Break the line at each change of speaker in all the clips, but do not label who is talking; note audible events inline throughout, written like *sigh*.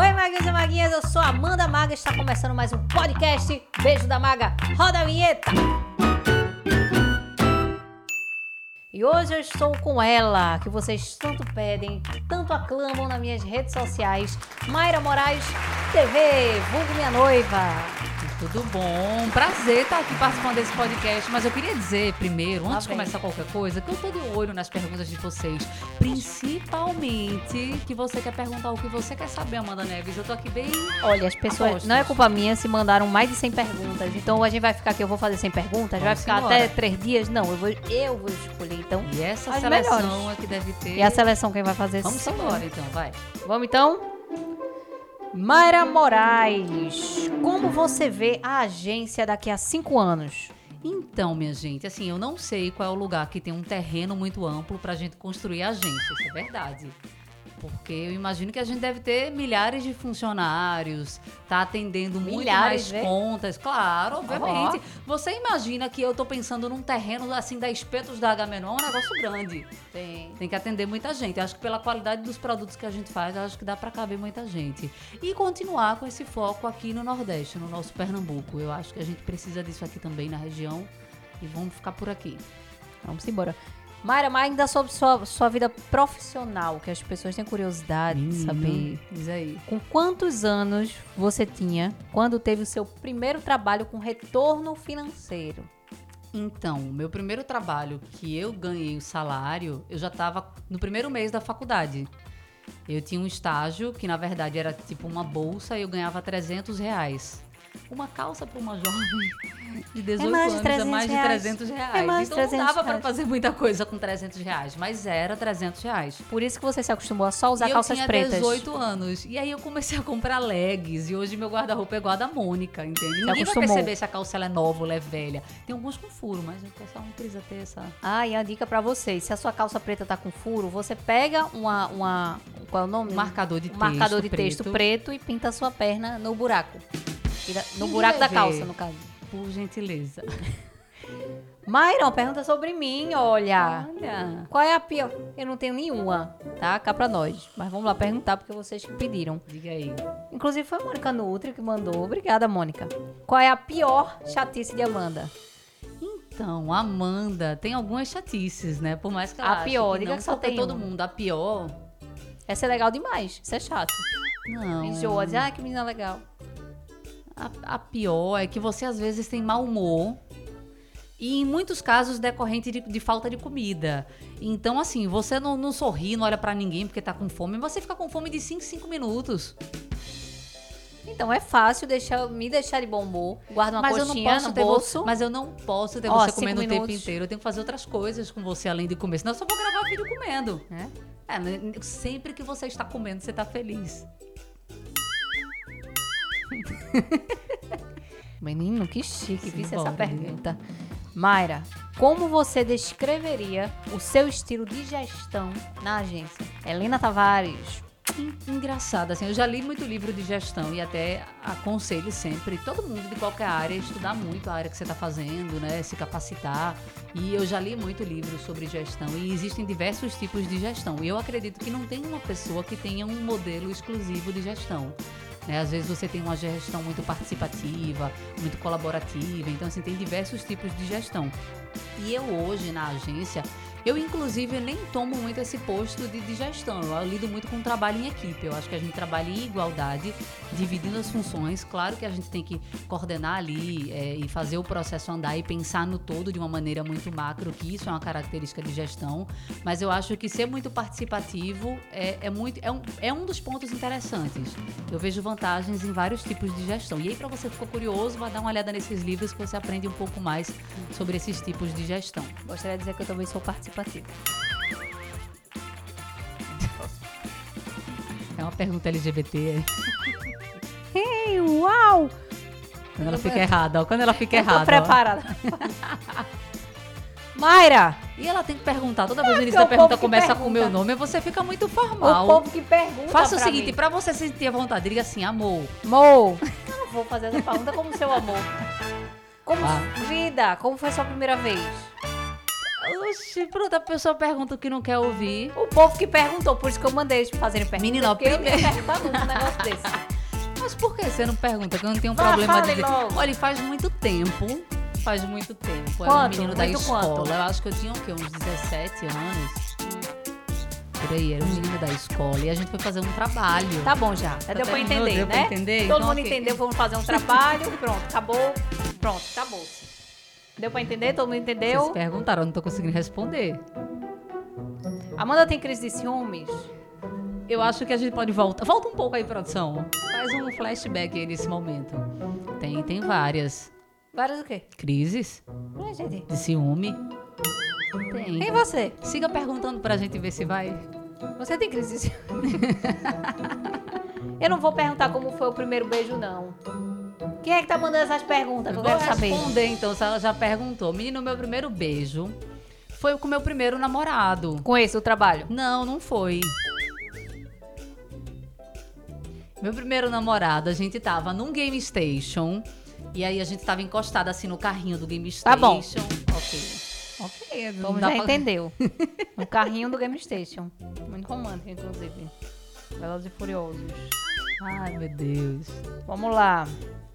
magas e maguinhas, eu sou a Amanda Maga, está começando mais um podcast. Beijo da Maga, roda a vinheta! E hoje eu estou com ela, que vocês tanto pedem, tanto aclamam nas minhas redes sociais, Mayra Moraes TV, vulgo minha noiva.
Tudo bom? Prazer estar aqui participando desse podcast, mas eu queria dizer primeiro, antes de
vem.
começar qualquer coisa, que eu tô de olho nas perguntas de vocês. Principalmente que você quer perguntar o que você quer saber, Amanda Neves. Eu tô aqui bem.
Olha, as pessoas.
Apostas.
Não é culpa minha se mandaram mais de 100 perguntas. Então a gente vai ficar aqui, eu vou fazer 100 perguntas, vai
Vamos
ficar
embora.
até 3 dias? Não, eu vou, eu vou escolher então.
E essa
As
seleção
melhores.
é que deve ter.
E a seleção quem vai fazer
Vamos
sou eu.
embora então, vai.
Vamos então? Mayra Moraes, como você vê a agência daqui a 5 anos?
Então, minha gente, assim, eu não sei qual é o lugar que tem um terreno muito amplo pra gente construir a agência, isso é verdade. Porque eu imagino que a gente deve ter milhares de funcionários, tá atendendo
Milhares,
muito
vê?
mais contas, claro, obviamente. Você imagina que eu tô pensando num terreno assim da Espetos da Agamenon, é um negócio grande.
Tem.
Tem que atender muita gente. Eu acho que pela qualidade dos produtos que a gente faz, eu acho que dá pra caber muita gente. E continuar com esse foco aqui no Nordeste, no nosso Pernambuco. Eu acho que a gente precisa disso aqui também na região. E vamos ficar por aqui.
Vamos embora. Mayra, mas ainda sobre sua, sua vida profissional, que as pessoas têm curiosidade de saber.
Diz aí.
Com quantos anos você tinha quando teve o seu primeiro trabalho com retorno financeiro?
Então, o meu primeiro trabalho que eu ganhei o salário, eu já estava no primeiro mês da faculdade. Eu tinha um estágio que, na verdade, era tipo uma bolsa e eu ganhava 300 reais. Uma calça para uma jovem *laughs* de 18
mais de
anos é
300
mais de
reais.
300 reais.
É mais de
então
300
não dava para
reais.
fazer muita coisa com 300 reais, mas era 300 reais
Por isso que você se acostumou a só usar
e
calças
eu tinha
pretas.
18 anos. E aí eu comecei a comprar legs. E hoje meu guarda-roupa é igual a da Mônica, entende?
Se
Ninguém
acostumou.
vai perceber se a calça ela é nova ou ela é velha. Tem alguns com furo, mas é o pessoal não um precisa ter essa...
Ah, e a dica pra vocês, se a sua calça preta tá com furo, você pega uma, uma qual é o nome?
Um marcador de
Um
texto
marcador de
preto.
texto preto e pinta a sua perna no buraco. Tira- No
Ninguém
buraco da
vai ver.
calça, no caso.
Por gentileza.
Mayra, uma pergunta sobre mim, olha.
Hum. Olha.
Qual é a pior? Eu não tenho nenhuma, tá? Cá pra nós. Mas vamos lá perguntar, porque vocês que pediram.
Diga aí.
Inclusive foi a Mônica Nutri que mandou. Obrigada, Mônica. Qual é a pior chatice de Amanda?
Então, Amanda tem algumas chatices, né? Por mais que ela
A
ache
pior,
que
diga
não
que só
toca
tem
todo
uma.
mundo. A pior...
Essa é legal demais. Isso é chato.
Não.
Enjoa. Diz, ah, que menina legal.
A, a pior é que você às vezes tem mau humor e em muitos casos decorrente de, de falta de comida. Então, assim, você não, não sorri, não olha pra ninguém porque tá com fome, mas você fica com fome de 5 5 minutos.
Então é fácil deixar, me deixar de bom humor. Guarda uma
mas eu não
coxinha
posso
no
ter vo-
bolso.
Mas eu não posso ter
Ó,
você
cinco
comendo o tempo
minutos.
inteiro. Eu tenho que fazer outras coisas com você além de comer. Senão eu só vou gravar vídeo comendo.
É?
É, né, sempre que você está comendo, você tá feliz.
Menino, que chique.
Sim,
Visse essa
bora, né?
pergunta. Mayra, como você descreveria o seu estilo de gestão na agência? Helena Tavares.
En- Engraçado, assim, eu já li muito livro de gestão e até aconselho sempre todo mundo de qualquer área estudar muito a área que você está fazendo, né? Se capacitar. E eu já li muito livro sobre gestão e existem diversos tipos de gestão. E eu acredito que não tem uma pessoa que tenha um modelo exclusivo de gestão. Né? Às vezes você tem uma gestão muito participativa, muito colaborativa, então assim, tem diversos tipos de gestão. E eu hoje na agência, eu inclusive nem tomo muito esse posto de, de gestão. Eu lido muito com trabalho em equipe. Eu acho que a gente trabalha em igualdade, dividindo as funções. Claro que a gente tem que coordenar ali é, e fazer o processo andar e pensar no todo de uma maneira muito macro, que isso é uma característica de gestão. Mas eu acho que ser muito participativo é, é muito é um, é um dos pontos interessantes. Eu vejo vantagens em vários tipos de gestão. E aí, para você que ficou curioso, vai dar uma olhada nesses livros que você aprende um pouco mais sobre esses tipos de gestão.
Gostaria de dizer que eu também sou participativa.
É uma pergunta LGBT.
Ei, uau!
Quando ela
é.
fica errada, ó. Quando ela fica
Eu tô
errada. ó.
preparada. *laughs* Mayra,
E ela tem que perguntar. Toda vez que o
porque
início da
É o
pergunta
povo que
começa com o
pergunta.
meu nome, você fica muito
o
formal.
povo que pergunta
Faça o
pra
seguinte,
mim.
pra você se sentir à vontade, diga assim, amor.
Mo, eu não vou fazer essa pergunta como seu amor. Como
Ah.
vida? Como foi sua primeira vez?
Eu Oxi, pronto, a pessoa pergunta o que não quer ouvir.
O povo que perguntou, por isso que eu mandei eles fazerem perguntas.
Menina,
porque eu
primeiro-
nem perguntar nunca um negócio desse.
Mas por que você não pergunta? Que eu não tenho
Vá,
problema
fale
de dizer.
logo.
Olha, faz muito tempo. Faz muito tempo. era um
Quanto?
menino da
Muito
escola.
quanto?
Eu acho que eu tinha o quê? Uns 17 anos. Por aí, era um menino da escola. E a gente foi fazer um trabalho.
Tá bom já. Já deu pra
terminou?
entender,
Deu pra
né?
entender?
Todo
Então,
mundo
ok.
entendeu, vamos fazer *laughs* um trabalho. Pronto, acabou. Pronto, acabou. Deu pra entender? Todo mundo
Vocês
entendeu?
perguntaram, eu não tô conseguindo responder.
Amanda tem crise de ciúmes?
Eu acho que a gente pode voltar. Volta um pouco aí, produção. Faz um flashback aí nesse momento. Tem, tem várias
Várias o quê?
crises
Ué, gente.
de ciúme. Tem.
E é você?
Siga perguntando pra gente ver se vai.
Você tem crise de ciúmes? *laughs* eu não vou perguntar como foi o primeiro beijo, não. Quem é que tá mandando essas perguntas? Que eu
Vou
quero saber.
responder então, se ela já perguntou. Menino, meu primeiro beijo foi com meu primeiro namorado.
Com esse, o trabalho.
Não, não foi. Meu primeiro namorado, a gente tava num Game Station. E aí a gente tava encostada assim no carrinho do Game Station.
Tá bom.
Ok. Ok, não
Como
dá
é já
pra-
entendeu. *laughs* No carrinho do Game Station. Muito romântico, inclusive. Velozes e Furiosos.
Ai, meu Deus.
Vamos lá.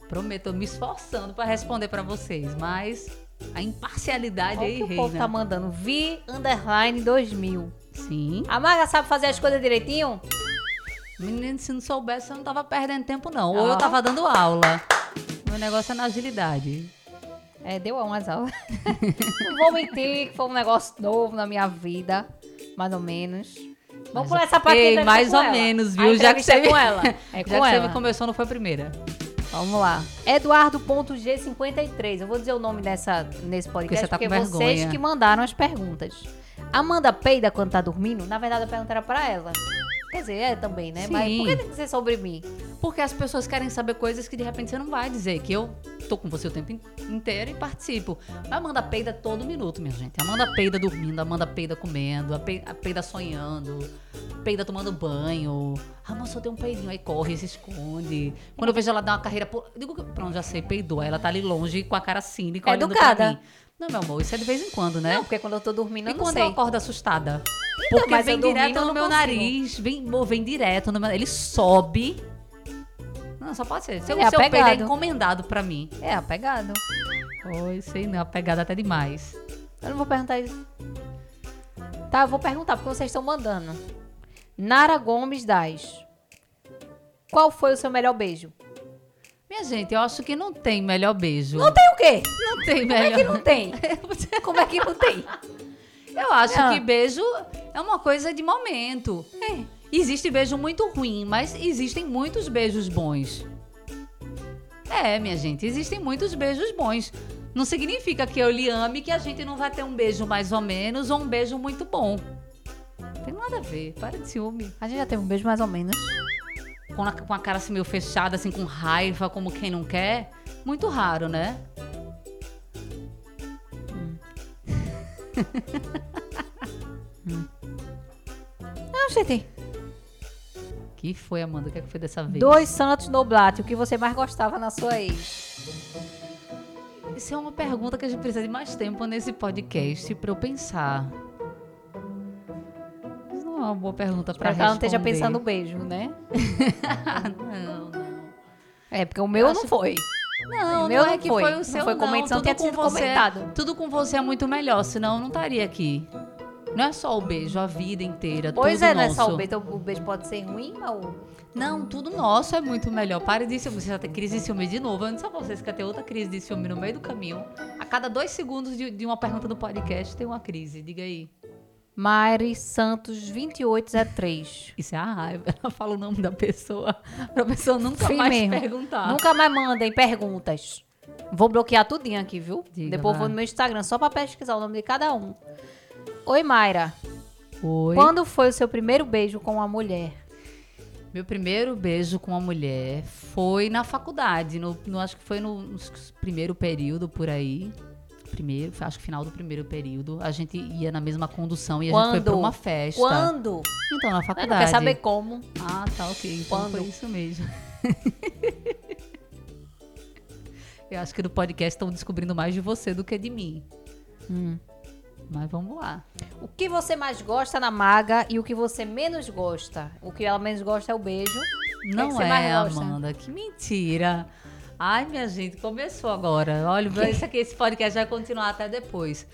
Prometo, eu me esforçando pra responder pra vocês, mas a imparcialidade é
Olha
né?
o
aí
que o
reina.
povo tá mandando. Vi underline 2000.
Sim.
A Maga sabe fazer as coisas direitinho?
Menino, se não soubesse, eu não tava perdendo tempo, não.
Ó.
Ou eu tava dando aula. Meu negócio é na agilidade.
É, deu umas
*laughs*
aulas. Não vou mentir que foi um negócio novo na minha vida. Mais ou menos. Vamos
Mais
pular
ou-
essa parte da
Ei,
entrevista
mais
com
ou
ela.
menos,
A
viu? Já que
entrevista
você
é
me-
com
*laughs*
ela. É
Já
com
que
ela.
você me começou, não foi a primeira.
Vamos lá. Eduardo.g53. Eu vou dizer o nome dessa, nesse podcast
você tá
porque
com
vocês
vergonha.
que mandaram as perguntas. Amanda peida quando tá dormindo? Na verdade, a pergunta era pra ela. Quer dizer, é também, né? Mas
Sim.
por que tem que ser sobre mim?
Porque as pessoas querem saber coisas que de repente você não vai dizer. Que eu tô com você o tempo in- inteiro e participo. Mas Amanda peida todo minuto, minha gente. Amanda peida dormindo, Amanda peida comendo, a pe- a peida sonhando, peida tomando banho. Ah, mas só tem um peidinho. Aí corre, se esconde. Quando eu vejo ela dar uma carreira. Por... Digo, que- pronto, já sei, peidou. Aí Ela tá ali longe com a cara cínica,
É
olhando
educada.
pra mim. Não, meu amor, isso é de vez em quando, né?
Não, porque quando eu tô dormindo,
E
eu não
quando
sei. Então,
eu acordo assustada? Porque
mas
vem
eu dormindo,
direto
eu
no
não
meu
consigo.
nariz, vem, mo- vem direto no meu Ele sobe. Não, só pode ser. Seu,
Ele é
seu peido é
apegado.
encomendado pra mim.
É, apegado.
Oi, sei
é
não, apegado até demais.
Eu não vou perguntar isso. Tá, eu vou perguntar porque vocês estão mandando. Nara Gomes Daz. Qual foi o seu melhor beijo?
Minha gente, eu acho que não tem melhor beijo.
Não tem o quê?
Não tem
Como é que
melhor.
não
*laughs*
tem? Como é que não tem?
Eu acho
Ah.
que beijo é uma coisa de momento.
É.
Existe beijo muito ruim, mas existem muitos beijos bons. É, minha gente, existem muitos beijos bons. Não significa que eu lhe ame que a gente não vai ter um beijo mais ou menos ou um beijo muito bom. Tem nada a ver, para de ciúme.
A gente já teve um beijo mais ou menos.
Com a, com a cara assim meio fechada, assim, com raiva, como quem não quer. Muito raro, né?
Não, Ah, gente.
Que foi, Amanda? O que, é que foi dessa vez?
Dois Santos Noblat, o que você mais gostava na sua ex?
Isso é uma pergunta que a gente precisa de mais tempo nesse podcast pra eu pensar. Isso não é uma boa pergunta pra
Pra que
responder.
ela não esteja pensando no beijo, né?
não, não.
É, porque o meu
acho
não foi.
Não,
O meu
não é
não
que
foi.
foi,
Não
o seu,
foi comentado, não
Tudo
tinha
com
sido
você,
comentado.
Tudo com você é muito melhor, senão eu não estaria aqui. Não é só o beijo, a vida inteira,
Pois
tudo
é, não é
nosso.
só o beijo. O beijo pode ser ruim, mas o-
Não, tudo nosso é muito melhor. Pare de ciúme. Você já tem crise de ciúme de novo. Eu não sei pra vocês que ter outra crise de ciúme no meio do caminho. A cada dois segundos de, de uma pergunta do podcast tem uma crise. Diga aí.
Mari Santos 2803.
Isso é a raiva. Ela fala o nome da pessoa pra pessoa nunca
Sim
mais
mesmo.
perguntar.
Nunca mais mandem perguntas. Vou bloquear tudinho aqui, viu?
Diga,
Depois
vá.
vou no meu Instagram só pra pesquisar o nome de cada um. Oi, Mayra.
Oi.
Quando foi o seu primeiro beijo com uma mulher?
Meu primeiro beijo com uma mulher foi na faculdade. No, no- acho que foi no, no primeiro período por aí. Primeiro, acho que final do primeiro período. A gente ia na mesma condução e a gente foi
Quando?
pra uma festa.
Quando?
Então, na
Ah,
faculdade.
Não quer saber como.
Ah, tá, ok. Então
Quando?
foi isso mesmo. *laughs*
Hum.
Eu acho que no podcast estão descobrindo mais de você do que de mim. Mas vamos lá.
O que você mais gosta na maga e o que você menos gosta? O que ela menos gosta é o beijo. O que que
Não
você
é,
mais gosta?
Amanda. Que mentira. Ai, minha gente, começou agora. Olha,
*laughs*
esse, aqui, esse podcast vai continuar até depois.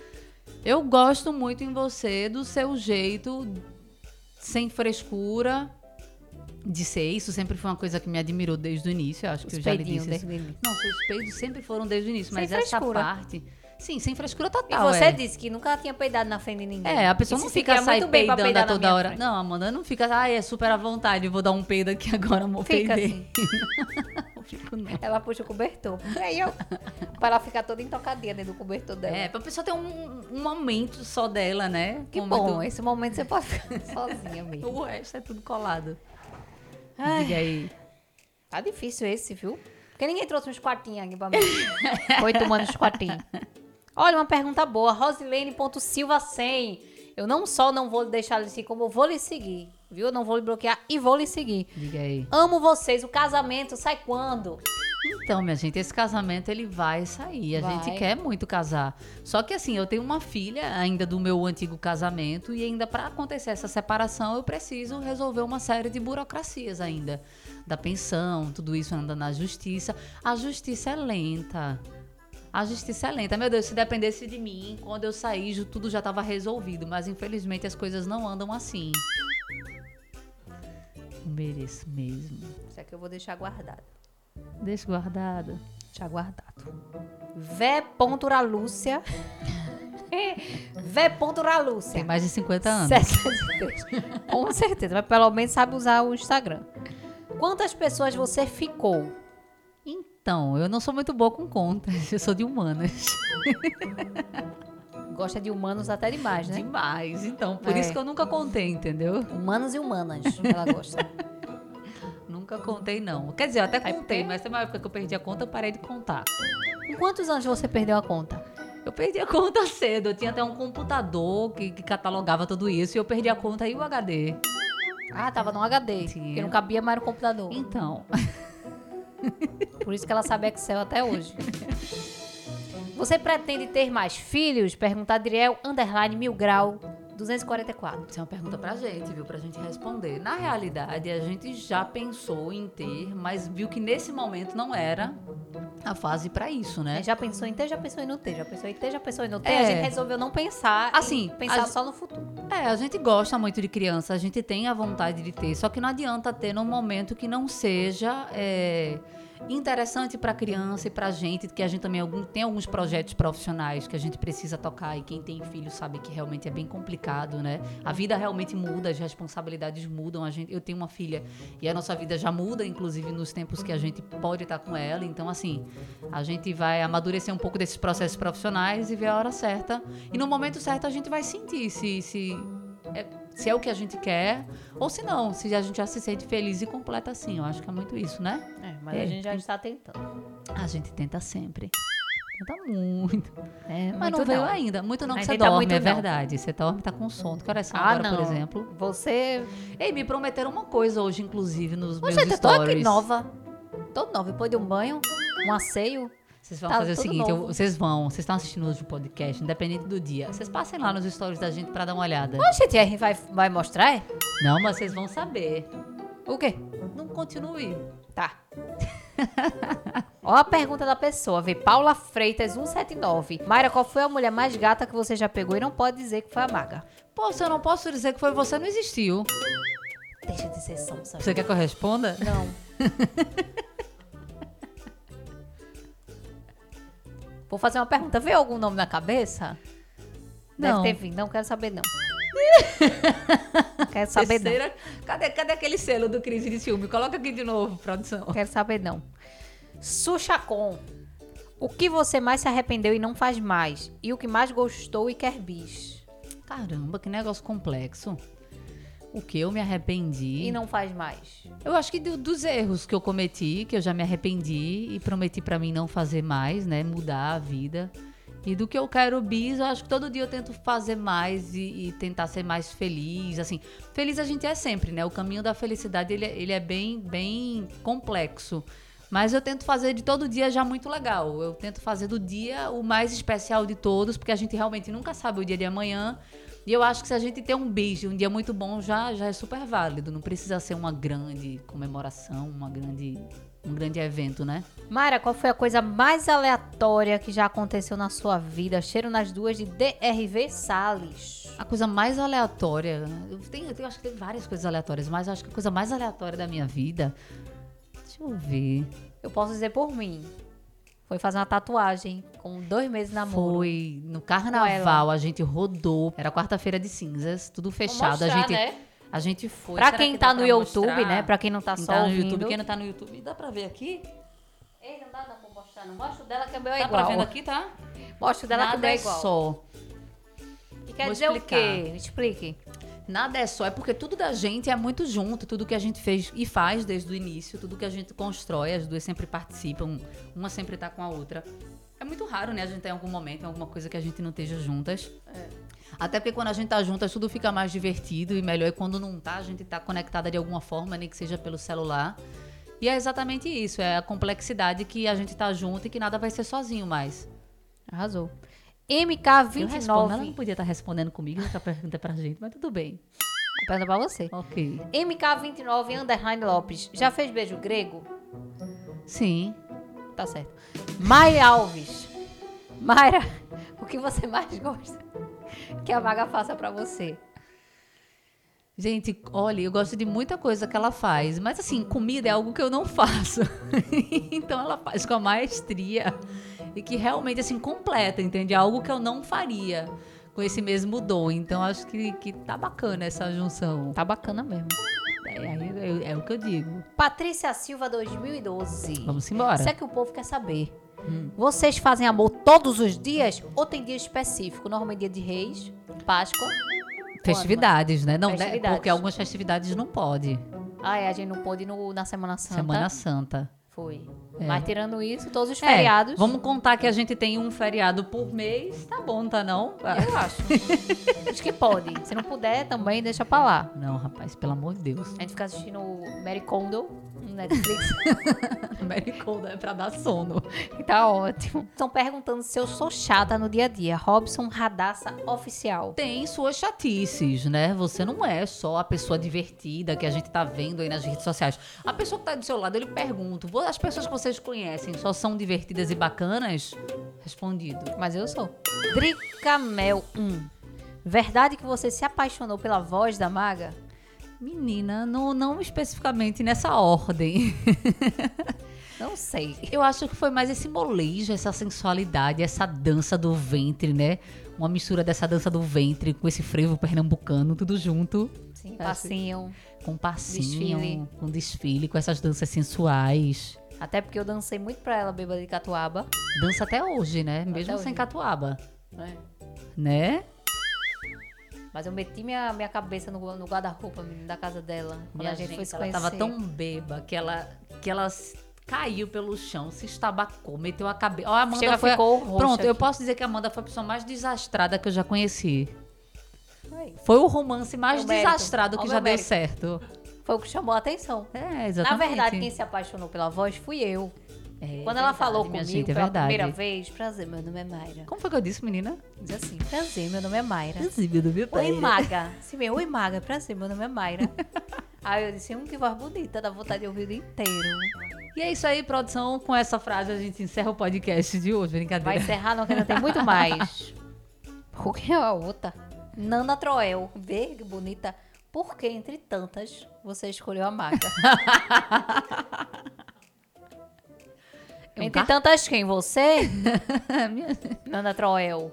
Eu gosto muito em você, do seu jeito, sem frescura de ser. Isso sempre foi uma coisa que me admirou desde o início. Eu acho que
Os
eu já lhe
peidinhos
disse. isso.
dele.
Não, seus peidos sempre foram desde o início,
Sem
mas essa
frescura.
parte. Sim, sem frescura
E
total.
você
é.
disse que nunca tinha peidado na frente de ninguém.
É, a pessoa
Isso
não
se
fica
quer
sai
muito bem pra
peidando
peidar
a
na
toda
minha
hora.
frente.
Não, Amanda não fica, ah, é super à vontade, vou dar um peido aqui agora, amor.
Fica
peidei."
assim.
Não fico, não.
Ela puxa o
*laughs*
cobertor. E aí eu. pra ela ficar toda entocadinha dentro do cobertor dela.
É, pra pessoa ter um, um momento só dela, né?
que
Momento-
bom. Esse momento você pode ficar *laughs* sozinha mesmo.
O resto é tudo colado. Diga aí.
Tá difícil esse, viu? Porque ninguém trouxe uns quartinhos aqui pra mim. *laughs* Foi tomando uns quartinhos. Olha, uma pergunta boa. Rosilene.silva100. Eu não só não vou deixar ele seguir, como eu vou lhe seguir. Viu? Eu não vou lhe bloquear e vou lhe seguir.
Diga aí.
Amo vocês. O casamento sai quando?
Então, minha gente, esse casamento ele vai sair. A
Vai.
gente quer muito casar. Só que assim, eu tenho uma filha ainda do meu antigo casamento e ainda pra acontecer essa separação, eu preciso resolver uma série de burocracias ainda. Da pensão, tudo isso anda na justiça. A justiça é lenta. A justiça é lenta. Meu Deus, se dependesse de mim, quando eu saí, ju- tudo já estava resolvido. Mas infelizmente as coisas não andam assim. Mereço mesmo.
Isso aqui eu vou deixar guardado.
Deixa guardado.
Deixar guardado. *laughs* Vé.ralúcia. Vé.ralúcia.
Tem mais de 50
*laughs*
anos.
63. Com certeza, mas pelo menos sabe usar o Instagram. Quantas pessoas você ficou?
Então, eu não sou muito boa com contas, *laughs* eu sou de humanas.
Gosta de humanos até demais, né?
Demais, então. Por
É.
isso que eu nunca contei, entendeu?
Humanos e humanas, *laughs* ela gosta.
Nunca contei, não. Quer dizer, eu até
Aí
contei,
perde.
mas tem uma época que eu perdi a conta, eu parei de contar.
Com quantos anos você perdeu a conta?
Eu perdi a *laughs* conta cedo, eu tinha até um computador que, que catalogava tudo isso, e eu perdi a conta e o HD.
Ah, tava no HD,
Sim.
que não cabia mais no computador.
Então,
Por isso que ela sabe Excel até hoje. Você pretende ter mais filhos? Pergunta Adriel, underline, mil grau, 244.
isso é uma pergunta pra gente, viu? Pra gente responder. Na realidade, a gente já pensou em ter, mas viu que nesse momento não era a fase pra isso, né?
Já pensou em ter, já pensou em não ter, já pensou em ter, já pensou em não ter.
É.
A gente resolveu não pensar. e
Assim,
pensar
a-
só no futuro.
É, a gente gosta muito de criança, a gente tem a vontade de ter, só que não adianta ter num momento que não seja é, interessante pra criança e pra gente, que a gente também algum- tem alguns projetos profissionais que a gente precisa tocar e quem tem filho sabe que realmente é bem complicado, né? A vida realmente muda, as responsabilidades mudam, a gente, eu tenho uma filha e a nossa vida já muda, inclusive nos tempos que a gente pode estar com ela, então assim, a gente vai amadurecer um pouco desses processos profissionais e ver a hora certa. E no momento certo a gente vai sentir se, se, é, se é o que a gente quer ou se não, se a gente já se sente feliz e completa assim. Eu acho que é muito isso, né?
É, mas
É.
a gente já está tentando.
A gente tenta sempre. Tenta muito.
É,
Mas não veio ainda. Muito não que
Mas
você
tenta
dorme,
muito
é
não.
verdade. Você dorme, tá com sono. Que horas são
Ah,
agora, por
não.
exemplo?
Você.
Ei, me prometeram uma coisa hoje, inclusive, nos meus
Gente, eu tô aqui
stories.
nova. Tô nova. Depois de um banho, um asseio.
Vocês vão
Tá
fazer o
tudo
seguinte, eu-
novo.
vocês vão, vocês estão assistindo hoje o podcast, independente do dia. Vocês passem lá nos stories da gente pra dar uma olhada.
Ô, gente, a gente vai, vai mostrar? é?
Não, mas vocês vão saber.
O quê?
Não continue.
Tá. *laughs* Ó a pergunta da pessoa, vê. Paula Freitas, 179. Mayra, qual foi a mulher mais gata que você já pegou e não pode dizer que foi a maga?
Pô, se eu não posso dizer que foi você, não existiu.
Deixa de ser sonsa.
Você quer que eu responda?
Não. *laughs* Vou fazer uma pergunta. Veio algum nome na cabeça? Deve
Não.
ter vindo. Não quero saber,
*laughs*
não. quero saber, não.
Terceira- Cadê, cadê aquele selo do crise de ciúme? Coloca aqui de novo, produção.
Quero saber, não. Sushacon. O que você mais se arrependeu e não faz mais? E o que mais gostou e quer bis?
Caramba, que negócio complexo. O que eu me arrependi?
E não faz mais?
Eu acho que do- dos erros que eu cometi, que eu já me arrependi e prometi pra mim não fazer mais, né? Mudar a vida. E do que eu quero bis, eu acho que todo dia eu tento fazer mais e, e tentar ser mais feliz, assim. Feliz a gente é sempre, né? O caminho da felicidade, ele, é- ele é bem, bem complexo. Mas eu tento fazer de todo dia já muito legal. Eu tento fazer do dia o mais especial de todos, porque a gente realmente nunca sabe o dia de amanhã. E eu acho que se a gente tem um beijo, um dia muito bom, já, já é super válido. Não precisa ser uma grande comemoração, uma grande, um grande evento, né?
Mayra, qual foi a coisa mais aleatória que já aconteceu na sua vida? Cheiro nas duas de DRV Salles.
A coisa mais aleatória. né? Eu, tenho, eu tenho- acho que tem várias coisas aleatórias, mas eu acho que a coisa mais aleatória da minha vida. Deixa eu ver.
Eu posso dizer por mim. Foi fazer uma tatuagem com dois meses de namoro.
Foi no carnaval, a gente rodou. Era quarta-feira de cinzas, tudo
Vou
fechado.
mostrar,
a gente.
né?
A gente foi.
Pra
Será
quem
que
tá
dá
no
pra
YouTube,
mostrar?
né? Pra quem não tá
Quem
só
tá no
ouvindo.
YouTube, quem não tá no YouTube, dá pra ver aqui?
Ei, não dá, dá pra mostrar. Não mostra o dela que é meu
Tá pra vendo aqui, tá?
Mostra o dela que
Nada
é
é
meu igual.
só.
E quer
Vou
dizer
explicar.
o quê? Explique.
Nada é só, é porque tudo da gente é muito junto, tudo que a gente fez e faz desde o início, tudo que a gente constrói, as duas sempre participam, uma sempre tá com a outra. É muito raro, né? A gente tá em algum momento, em alguma coisa que a gente não esteja juntas. Até porque quando a gente tá juntas, tudo fica mais divertido e melhor. E quando não tá, a gente tá conectada de alguma forma, nem que seja pelo celular. E é exatamente isso, é a complexidade que a gente tá junto e que nada vai ser sozinho mais.
Arrasou.
Eu respondo, ela não
MK29.
podia estar respondendo comigo, essa pergunta é pra gente, mas tudo bem.
Pergunta pra você.
Ok.
MK29 Underline Lopes. Já fez beijo grego?
Sim.
Tá certo. Mayra Alves. Mayra, o que você mais gosta que a vaga faça pra você?
Gente, olha, eu gosto de muita coisa que ela faz, mas assim, comida é algo que eu não *laughs* faço. então ela faz com a maestria e que realmente assim completa, entende? É Algo que eu não faria com esse mesmo dom. Então acho que, que tá bacana essa junção.
Tá bacana mesmo.
É, aí eu- é o que eu digo.
Patrícia Silva 2012.
Vamos embora.
Isso é que o povo quer saber.
Hum.
Vocês fazem amor todos os dias ou tem dia específico? Normalmente dia de reis, Páscoa.
Festividades, né? Não, né?
Festividades.
porque algumas festividades não pode.
Ah, é, a gente não pôde ir no, na Semana Santa.
Semana Santa.
Foi.
É.
Mas tirando isso, todos os
É,
feriados.
vamos contar que a gente tem um feriado por mês. Tá bom, tá não?
Eu
*laughs*
acho. acho que pode. Se não puder, também deixa pra lá.
Não, rapaz, pelo amor de Deus.
A gente fica assistindo Mary Kondo no
*laughs*
Netflix.
Mary Cold é pra dar sono.
e tá ótimo. Estão perguntando se eu sou chata no dia a dia. Robson Radassa Oficial.
Tem suas chatices, né? Você não é só a pessoa divertida que a gente tá vendo aí nas redes sociais. A pessoa que tá do seu lado, eu lhe pergunto: "Vo- as pessoas que vocês conhecem só são divertidas e bacanas? Respondido.
Mas eu sou. Drica Mel 1. Verdade que você se apaixonou pela voz da maga?
Menina, não, não especificamente nessa ordem. *laughs*
Não sei.
Eu acho que foi mais esse molejo, essa sensualidade, essa dança do ventre, né? Uma mistura dessa dança do ventre com esse frevo pernambucano, tudo junto.
Sim,
Acho-
passinho.
com passinho,
Desfile.
com desfile, com essas danças sensuais.
Até porque eu dancei muito pra ela, bêbada de catuaba.
Dança até hoje, né? Mesmo
hoje.
sem catuaba, né?
Mas eu meti minha, minha cabeça no, no guarda-roupa, menino, da casa dela. Quando
Minha
a gente, foi se
ela
conhecer.
tava tão beba que ela, que ela s- caiu pelo chão, se estabacou, meteu a cabeça. Ó, a Amanda
Chega,
foi a-
ficou roxa
Pronto, eu
aqui.
posso dizer que a Amanda foi a pessoa mais desastrada que eu já conheci.
Foi.
Foi o romance mais
Meu É mérito.
desastrado
Ó,
que
meu
já deu
mérito.
certo.
Foi o que chamou a atenção.
É, exatamente.
Na verdade, quem se apaixonou pela voz fui eu.
É
Quando ela
verdade,
falou
minha
comigo
gente, é
pela
verdade.
primeira vez, prazer, meu nome é Mayra.
Como foi que eu disse, menina?
Diz assim, prazer, meu nome é Mayra.
Exibida, viu?
Oi, maga. Se meu, oi, maga, prazer, meu nome é *laughs* Mayra. Aí eu disse, hum, que voz bonita, dá vontade de ouvir o dia inteiro.
E é isso aí, produção. Com essa frase a gente encerra o podcast de hoje.
Vai
Brincadeira.
encerrar, não, que ainda tem muito *laughs* mais. Qual que é a outra? Nanda Troel. Vê que bonita. Por que, entre tantas, você escolheu a *laughs* maga?
É um
entre
car-
tantas quem? Você? *laughs*
Minha
Nanda Troel.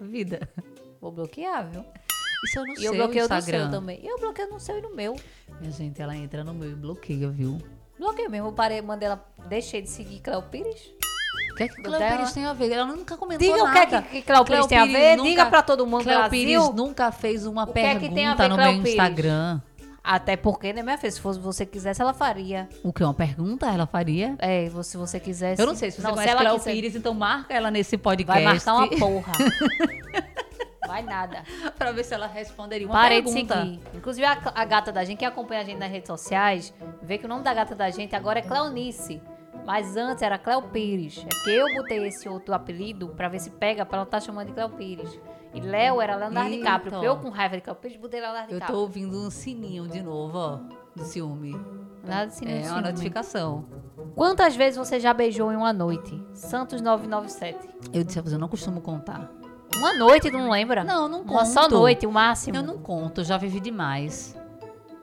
vida.
Vou bloquear, viu?
Isso eu não
E eu
sei.
bloqueio no
Instagram.
seu também. Eu bloqueio no seu e no meu.
Minha gente, ela entra no meu e bloqueia, viu?
Bloqueio mesmo. Eu parei, mandei ela. Deixei de seguir Cléo Pires.
O que é que
Do
Cleo
dela.
Pires tem a ver? Ela nunca comentou
Diga o que
nada.
é que, que Cléo Pires tem a ver.
nunca-
Diga pra todo mundo
Cleo
Brasil.
Pires nunca fez uma
O que é
pergunta
que tem a ver,
no
Cleo
meu
Pires?
Instagram.
Até porque, né, minha filha? Se fosse você quisesse, ela faria.
O que? Uma pergunta ela faria?
É, vo- se você quisesse.
Eu não sei se você um
não,
conhece
ela
Cleo
quiser-
*laughs* Pires, então marca ela nesse podcast.
Vai marcar uma porra. Vai nada.
pra ver se ela responderia uma
Parei de
pergunta.
seguir. Inclusive, a, a gata da gente, quem acompanha a gente nas redes sociais, vê que o nome da gata da gente agora é Cleonice. Mas antes era Cleo Pires. É porque eu botei esse outro apelido pra ver se pega, pra não estar chamando de Cleo Pires. E Léo era Leonardo
Eita.
DiCaprio. Porque eu com raiva de Cleo Pires, botei Leonardo
Eu
DiCaprio.
tô ouvindo um sininho de novo, ó, do ciúme.
Nada de
é
sinistro.
uma notificação.
Quantas vezes você já beijou em uma noite? Santos 997.
Eu disse a você, eu não costumo contar.
Uma noite, tu não lembra?
Não, eu não conto.
Uma só noite, o máximo.
Eu não conto, eu já vivi demais.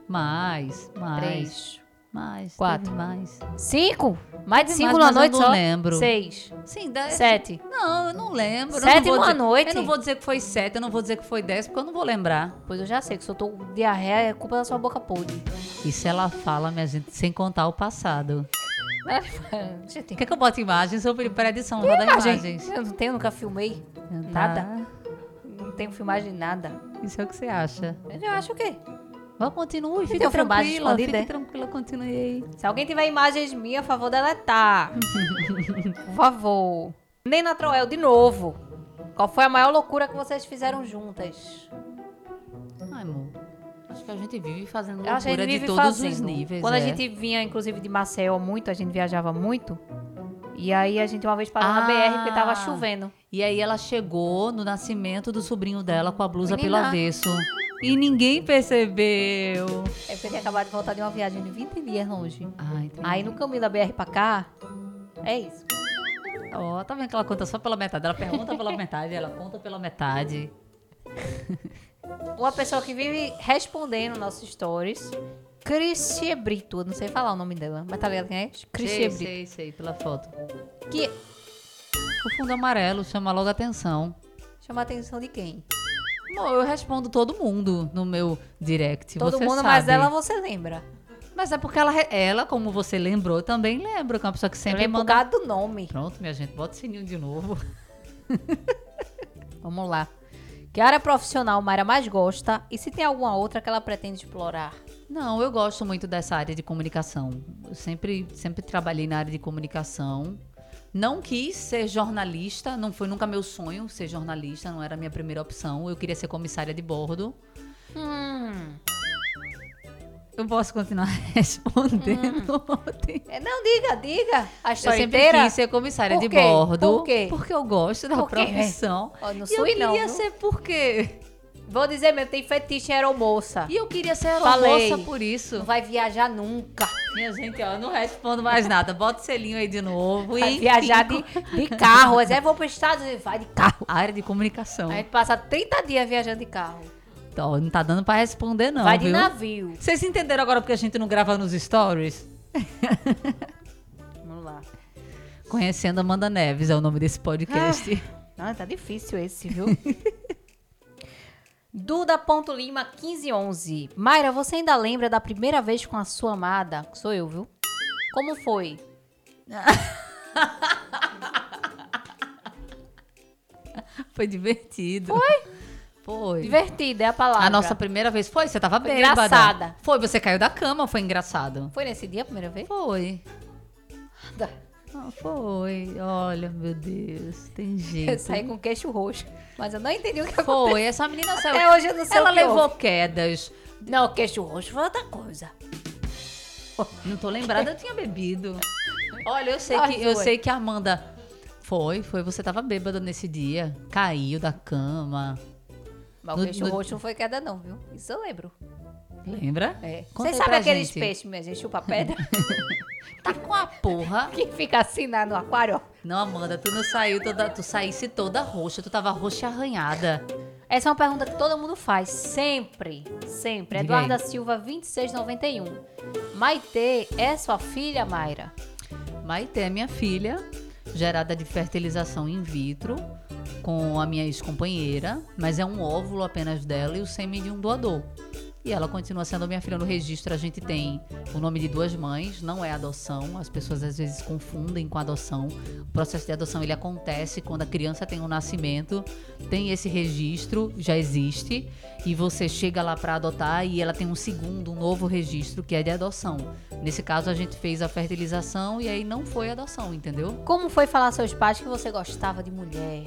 Mais, mais.
Três.
Mais.
Quatro.
teve Mais.
Cinco? Mais de
Teve
cinco numa
mais, mas eu
noite
não
só?
lembro. É.
Seis.
Sim, dez.
Sete.
Não, eu não lembro. eu
Sete
não vou
numa
dizer-
noite?
Eu não vou dizer que foi sete, eu não vou dizer que foi dez, porque eu não vou lembrar.
Pois eu já sei que se eu tô com diarreia é culpa da sua boca podre.
Isso ela fala, minha gente, sem contar o passado.
*laughs* Você tem
Quer É. que eu bote imagens ou para edição? Roda imagens. Ah,
Eu não tenho, nunca filmei. Nada. Não tenho filmagem de nada.
Isso é o que você acha.
Mas Eu acho o quê?
Vamos, continue,
tem
fica
um filmagem
tranquila,
escondida,
fica
é?
tranquila, continue aí.
Se alguém tiver imagens minhas, por favor,
*laughs*
deletar. por favor. Nena Troel, de novo. Qual foi a maior loucura que vocês fizeram juntas?
Ai, amor, acho que a gente vive fazendo
Eu
loucura
acho que a gente vive
de todos
fazendo.
os níveis.
Quando a
é.
gente vinha, inclusive, de Maceió muito, a gente viajava muito. E aí a gente uma vez parou na
Ah.
BR porque tava chovendo.
E aí ela chegou no nascimento do sobrinho dela com a blusa
Menina.
pelo avesso. E ninguém percebeu.
É porque eu tinha acabado de voltar de uma viagem de 20 dias longe.
Ai, tá.
Aí no caminho da BR pra cá, é isso.
Ó, tá vendo que ela conta só pela metade. Ela pergunta pela metade, ela conta pela metade.
Uma pessoa que vive respondendo nossos stories. Cristia Brito, eu não sei falar o nome dela, mas tá ligado quem é? Cristia
sei,
Brito.
sei, sei, pela foto.
Que
O fundo amarelo chama logo a atenção.
chama a atenção de quem?
Bom, eu respondo todo mundo no meu direct.
Todo
você
mundo,
sabe.
mas ela você lembra.
Mas é porque ela, re- ela, como você lembrou, também lembra, que é uma pessoa que
Eu
sempre
lembro por
manda.
causa do nome.
Pronto, minha gente, bota o sininho de novo.
Vamos lá. Que área profissional Mayra mais gosta e se tem alguma outra que ela pretende explorar?
Não, eu gosto muito dessa área de comunicação. Eu sempre, sempre trabalhei na área de comunicação. Não quis ser jornalista, não foi nunca meu sonho ser jornalista, não era a minha primeira opção. Eu queria ser comissária de bordo.
Hum.
Eu posso continuar *laughs* respondendo. ontem.
É, Não, diga, diga. A
Eu
história
sempre
inteira.
quis ser comissária
Por
de
quê?
bordo.
Por quê?
Porque eu gosto da
Por quê?
profissão.
Ó, não
E eu
sou
queria
não. viu?
ser por quê?
Vou dizer mesmo, tem fetiche em aeromoça.
E eu queria ser
Falei.
moça por
Não
isso.
vai viajar nunca.
Minha gente, ó, eu não respondo mais nada. Bota o selinho aí de novo.
Vai
e
viajar
fico.
de, de carro. Às vezes vou para os Estados Unidos, vai de carro.
A área de comunicação.
A gente passa 30 dias viajando de carro.
Ó, não tá dando pra responder, não.
vai de
viu?
navio.
Vocês entenderam agora porque a gente não grava nos stories?
Vamos lá.
Conhecendo Amanda Neves é o nome desse podcast.
Ah, tá difícil esse,
*laughs*
viu? Duda.lima 1511. Mayra, você ainda lembra da primeira vez com a sua amada? Que Sou eu, viu? Como foi? Ah.
*laughs* Foi divertido. Foi? Foi.
Divertida é a palavra.
A nossa primeira vez foi? Você tava
Foi
bêbada.
engraçada.
Foi, você caiu da cama, foi engraçado.
Foi nesse dia a primeira vez?
Foi.
Tá.
Ah, foi. Olha, meu Deus. Tem
Eu *laughs*
jeito.
saí com o queixo roxo. Mas eu não entendi o que aconteceu.
Foi. Essa menina saiu.
Até É, hoje eu não sei
Ela
o que
levou
houve.
quedas.
Não, o queixo roxo foi outra coisa.
*laughs* Não tô lembrada, eu tinha bebido. Ah, Olha, eu sei
Nós
que eu
duas.
sei que a Amanda foi, foi, você tava bêbada nesse dia, caiu da cama.
Mas
No-
o queixo
no-
roxo não foi queda não, viu? Isso eu lembro.
Lembra?
É.
Conta aí
Vocês sabem
pra
aqueles
gente.
peixes, minha gente, chupa pedra? *laughs*
Tá com a porra.
que fica assim na- no aquário, ó.
Não, Amanda, tu não saiu toda, tu saísse toda roxa, tu tava roxa e arranhada.
Essa é uma pergunta que todo mundo faz, sempre, sempre.
Diga
Eduarda
aí.
Silva, 2691. Maitê é sua filha, Mayra?
Maite, minha filha, gerada de fertilização in vitro com a minha ex-companheira, mas é um óvulo apenas dela e o sêmen de um doador. E ela continua sendo minha filha no registro. A gente tem o nome de duas mães, não é adoção. As pessoas às vezes confundem com adoção. O processo de adoção ele acontece quando a criança tem um nascimento, tem esse registro, já existe, e você chega lá para adotar e ela tem um segundo, um novo registro que é de adoção. Nesse caso a gente fez a fertilização e aí não foi adoção, entendeu?
Como foi falar aos seus pais que você gostava de mulher?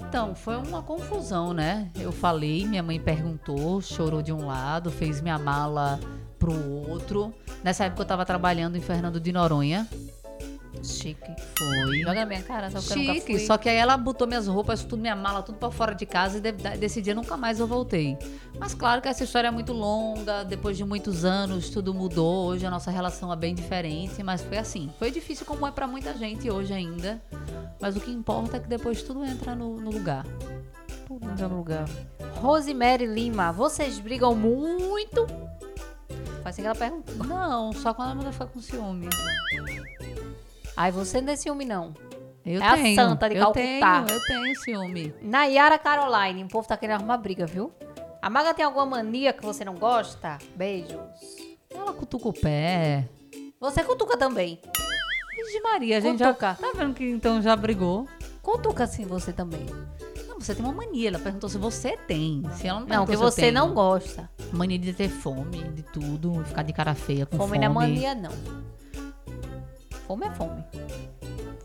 Então, foi uma confusão, né? Eu falei, minha mãe perguntou, chorou de um lado, fez minha mala pro outro. Nessa época eu tava trabalhando em Fernando de Noronha.
Chique.
Foi.
Joga na minha cara, só porque eu nunca
Chique,
fui.
só Então, que aí ela botou minhas roupas, tudo, minha mala, tudo pra fora de casa e de- da- desse dia nunca mais eu voltei. Mas claro que essa história é muito longa, depois de muitos anos tudo mudou, hoje a nossa relação é bem diferente, mas foi assim. Foi difícil como é pra muita gente hoje ainda, mas o que importa é que depois tudo entra no, no lugar.
Tudo no mesmo lugar. Rosemary Lima, vocês brigam muito? Foi assim que ela perguntou.
Não, só quando a mulher fica com ciúme.
Ai, você não é ciúme, não.
Eu
É a
tenho,
santa de
eu
Calcutá.
Tenho, eu tenho ciúme.
Nayara Caroline, o povo tá querendo arrumar briga, viu? A Maga tem alguma mania que você não gosta? Beijos.
Ela cutuca o pé.
Você cutuca também.
Vixe Maria, a gente
Cutuca.
já... Tá vendo que então já brigou?
Cutuca sim você também.
Não, você tem uma mania. Ela perguntou se você tem. Se ela
Não,
não, perguntou
que
se eu
você
tenho.
não gosta.
Mania de ter fome, de tudo, ficar de cara feia com fome.
Fome não é mania, não. Fome é fome.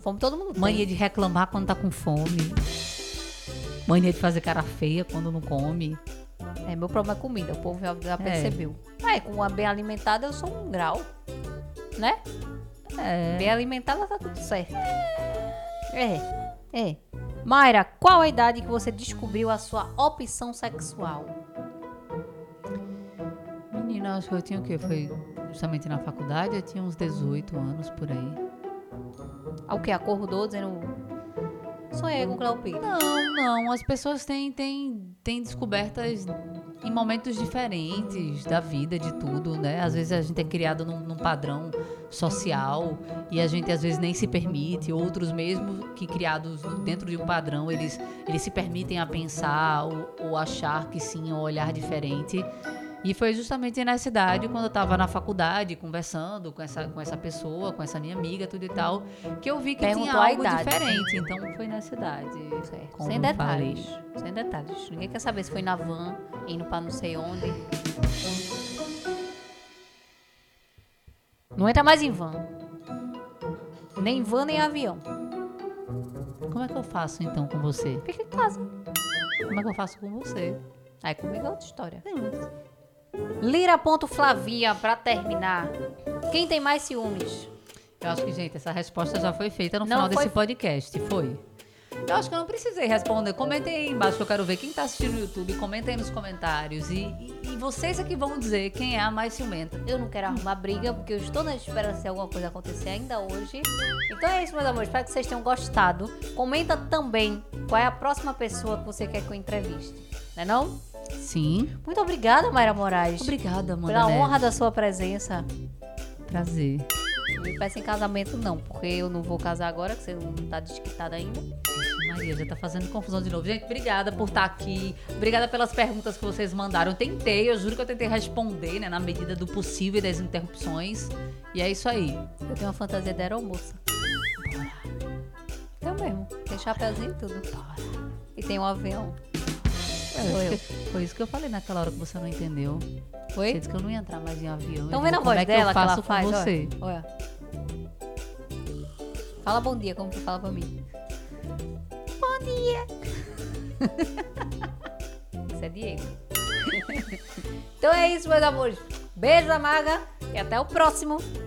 Fome todo mundo tem.
Mania de reclamar quando tá com fome. Mania de fazer cara feia quando não come.
É, meu problema é comida, o povo já, já percebeu. Mas com uma bem alimentada, eu sou um grau. Né?
É.
Bem alimentada, tá tudo certo. É, é. Mayra, qual a idade que você descobriu a sua opção sexual?
Menina, acho que eu tinha o quê? Foi justamente na faculdade, eu tinha uns 18 anos por aí.
Ah, O que? Acordou dizendo. Sonhei com Cléo Pires.
Não, não. As pessoas têm, têm, têm descobertas em momentos diferentes da vida, de tudo, né? Às vezes a gente é criado num, num padrão social e a gente às vezes nem se permite. Outros, mesmo que criados dentro de um padrão, eles, eles se permitem a pensar ou, ou achar que sim, ou olhar diferente. E foi justamente nessa idade, quando eu estava na faculdade, conversando com essa, com essa pessoa, com essa minha amiga, tudo e tal, que eu vi que
Perguntou a
tinha algo
idade.
diferente. Então foi nessa idade.
Certo.
Como
Sem
eu
detalhes. Sem detalhes. Ninguém quer saber se foi na van, indo pra não sei onde. Não entra mais em van. Nem van, nem avião.
Como é que eu faço então com você?
Fica em casa.
Como é que eu faço com você?
Aí comigo é outra história. Lira.flavia, pra terminar. Quem tem mais ciúmes?
Eu acho que, gente, essa resposta já foi feita no
Não
final
foi-
desse podcast, foi? Eu acho que eu não precisei responder. Comentem aí embaixo, que eu quero ver quem tá assistindo no YouTube. Comentem aí nos comentários. E, e- e vocês é que vão dizer quem é a mais ciumenta.
Eu não quero arrumar briga, porque eu estou na esperança de alguma coisa acontecer ainda hoje. Então é isso, meus amores. Espero que vocês tenham gostado. Comenta também qual é a próxima pessoa que você quer que eu entreviste. Não é não?
Sim.
Muito obrigada, Mayra Moraes.
Obrigada, né? Amanda.
Pela
Neves.
honra da sua presença.
Prazer.
Não me peça em casamento, não, porque eu não vou casar agora, que você não tá desquitada ainda.
Maria, já tá fazendo confusão de novo. Gente, obrigada por estar aqui. Obrigada pelas perguntas que vocês mandaram. Eu tentei, eu juro que eu tentei responder, né? Na medida do possível e das interrupções. E é isso aí.
Eu tenho uma fantasia da aeromoça. Eu mesmo. Tem chapéuzinho e tudo. E tem um avião. Sou
*laughs*
eu.
Foi isso que eu falei naquela hora que você não entendeu. Você
Oi?
disse que eu não ia entrar mais em avião.
Estão
Eu
vendo a Então
digo, como
voz
é que
dela
eu
que
faço
ela faz?
com
Olha,
você?
Olha. Fala bom dia, como que fala pra mim? Bom dia! *laughs* Isso é Diego. *laughs* então é isso, meus amores. Beijo, Amaga. E até o próximo.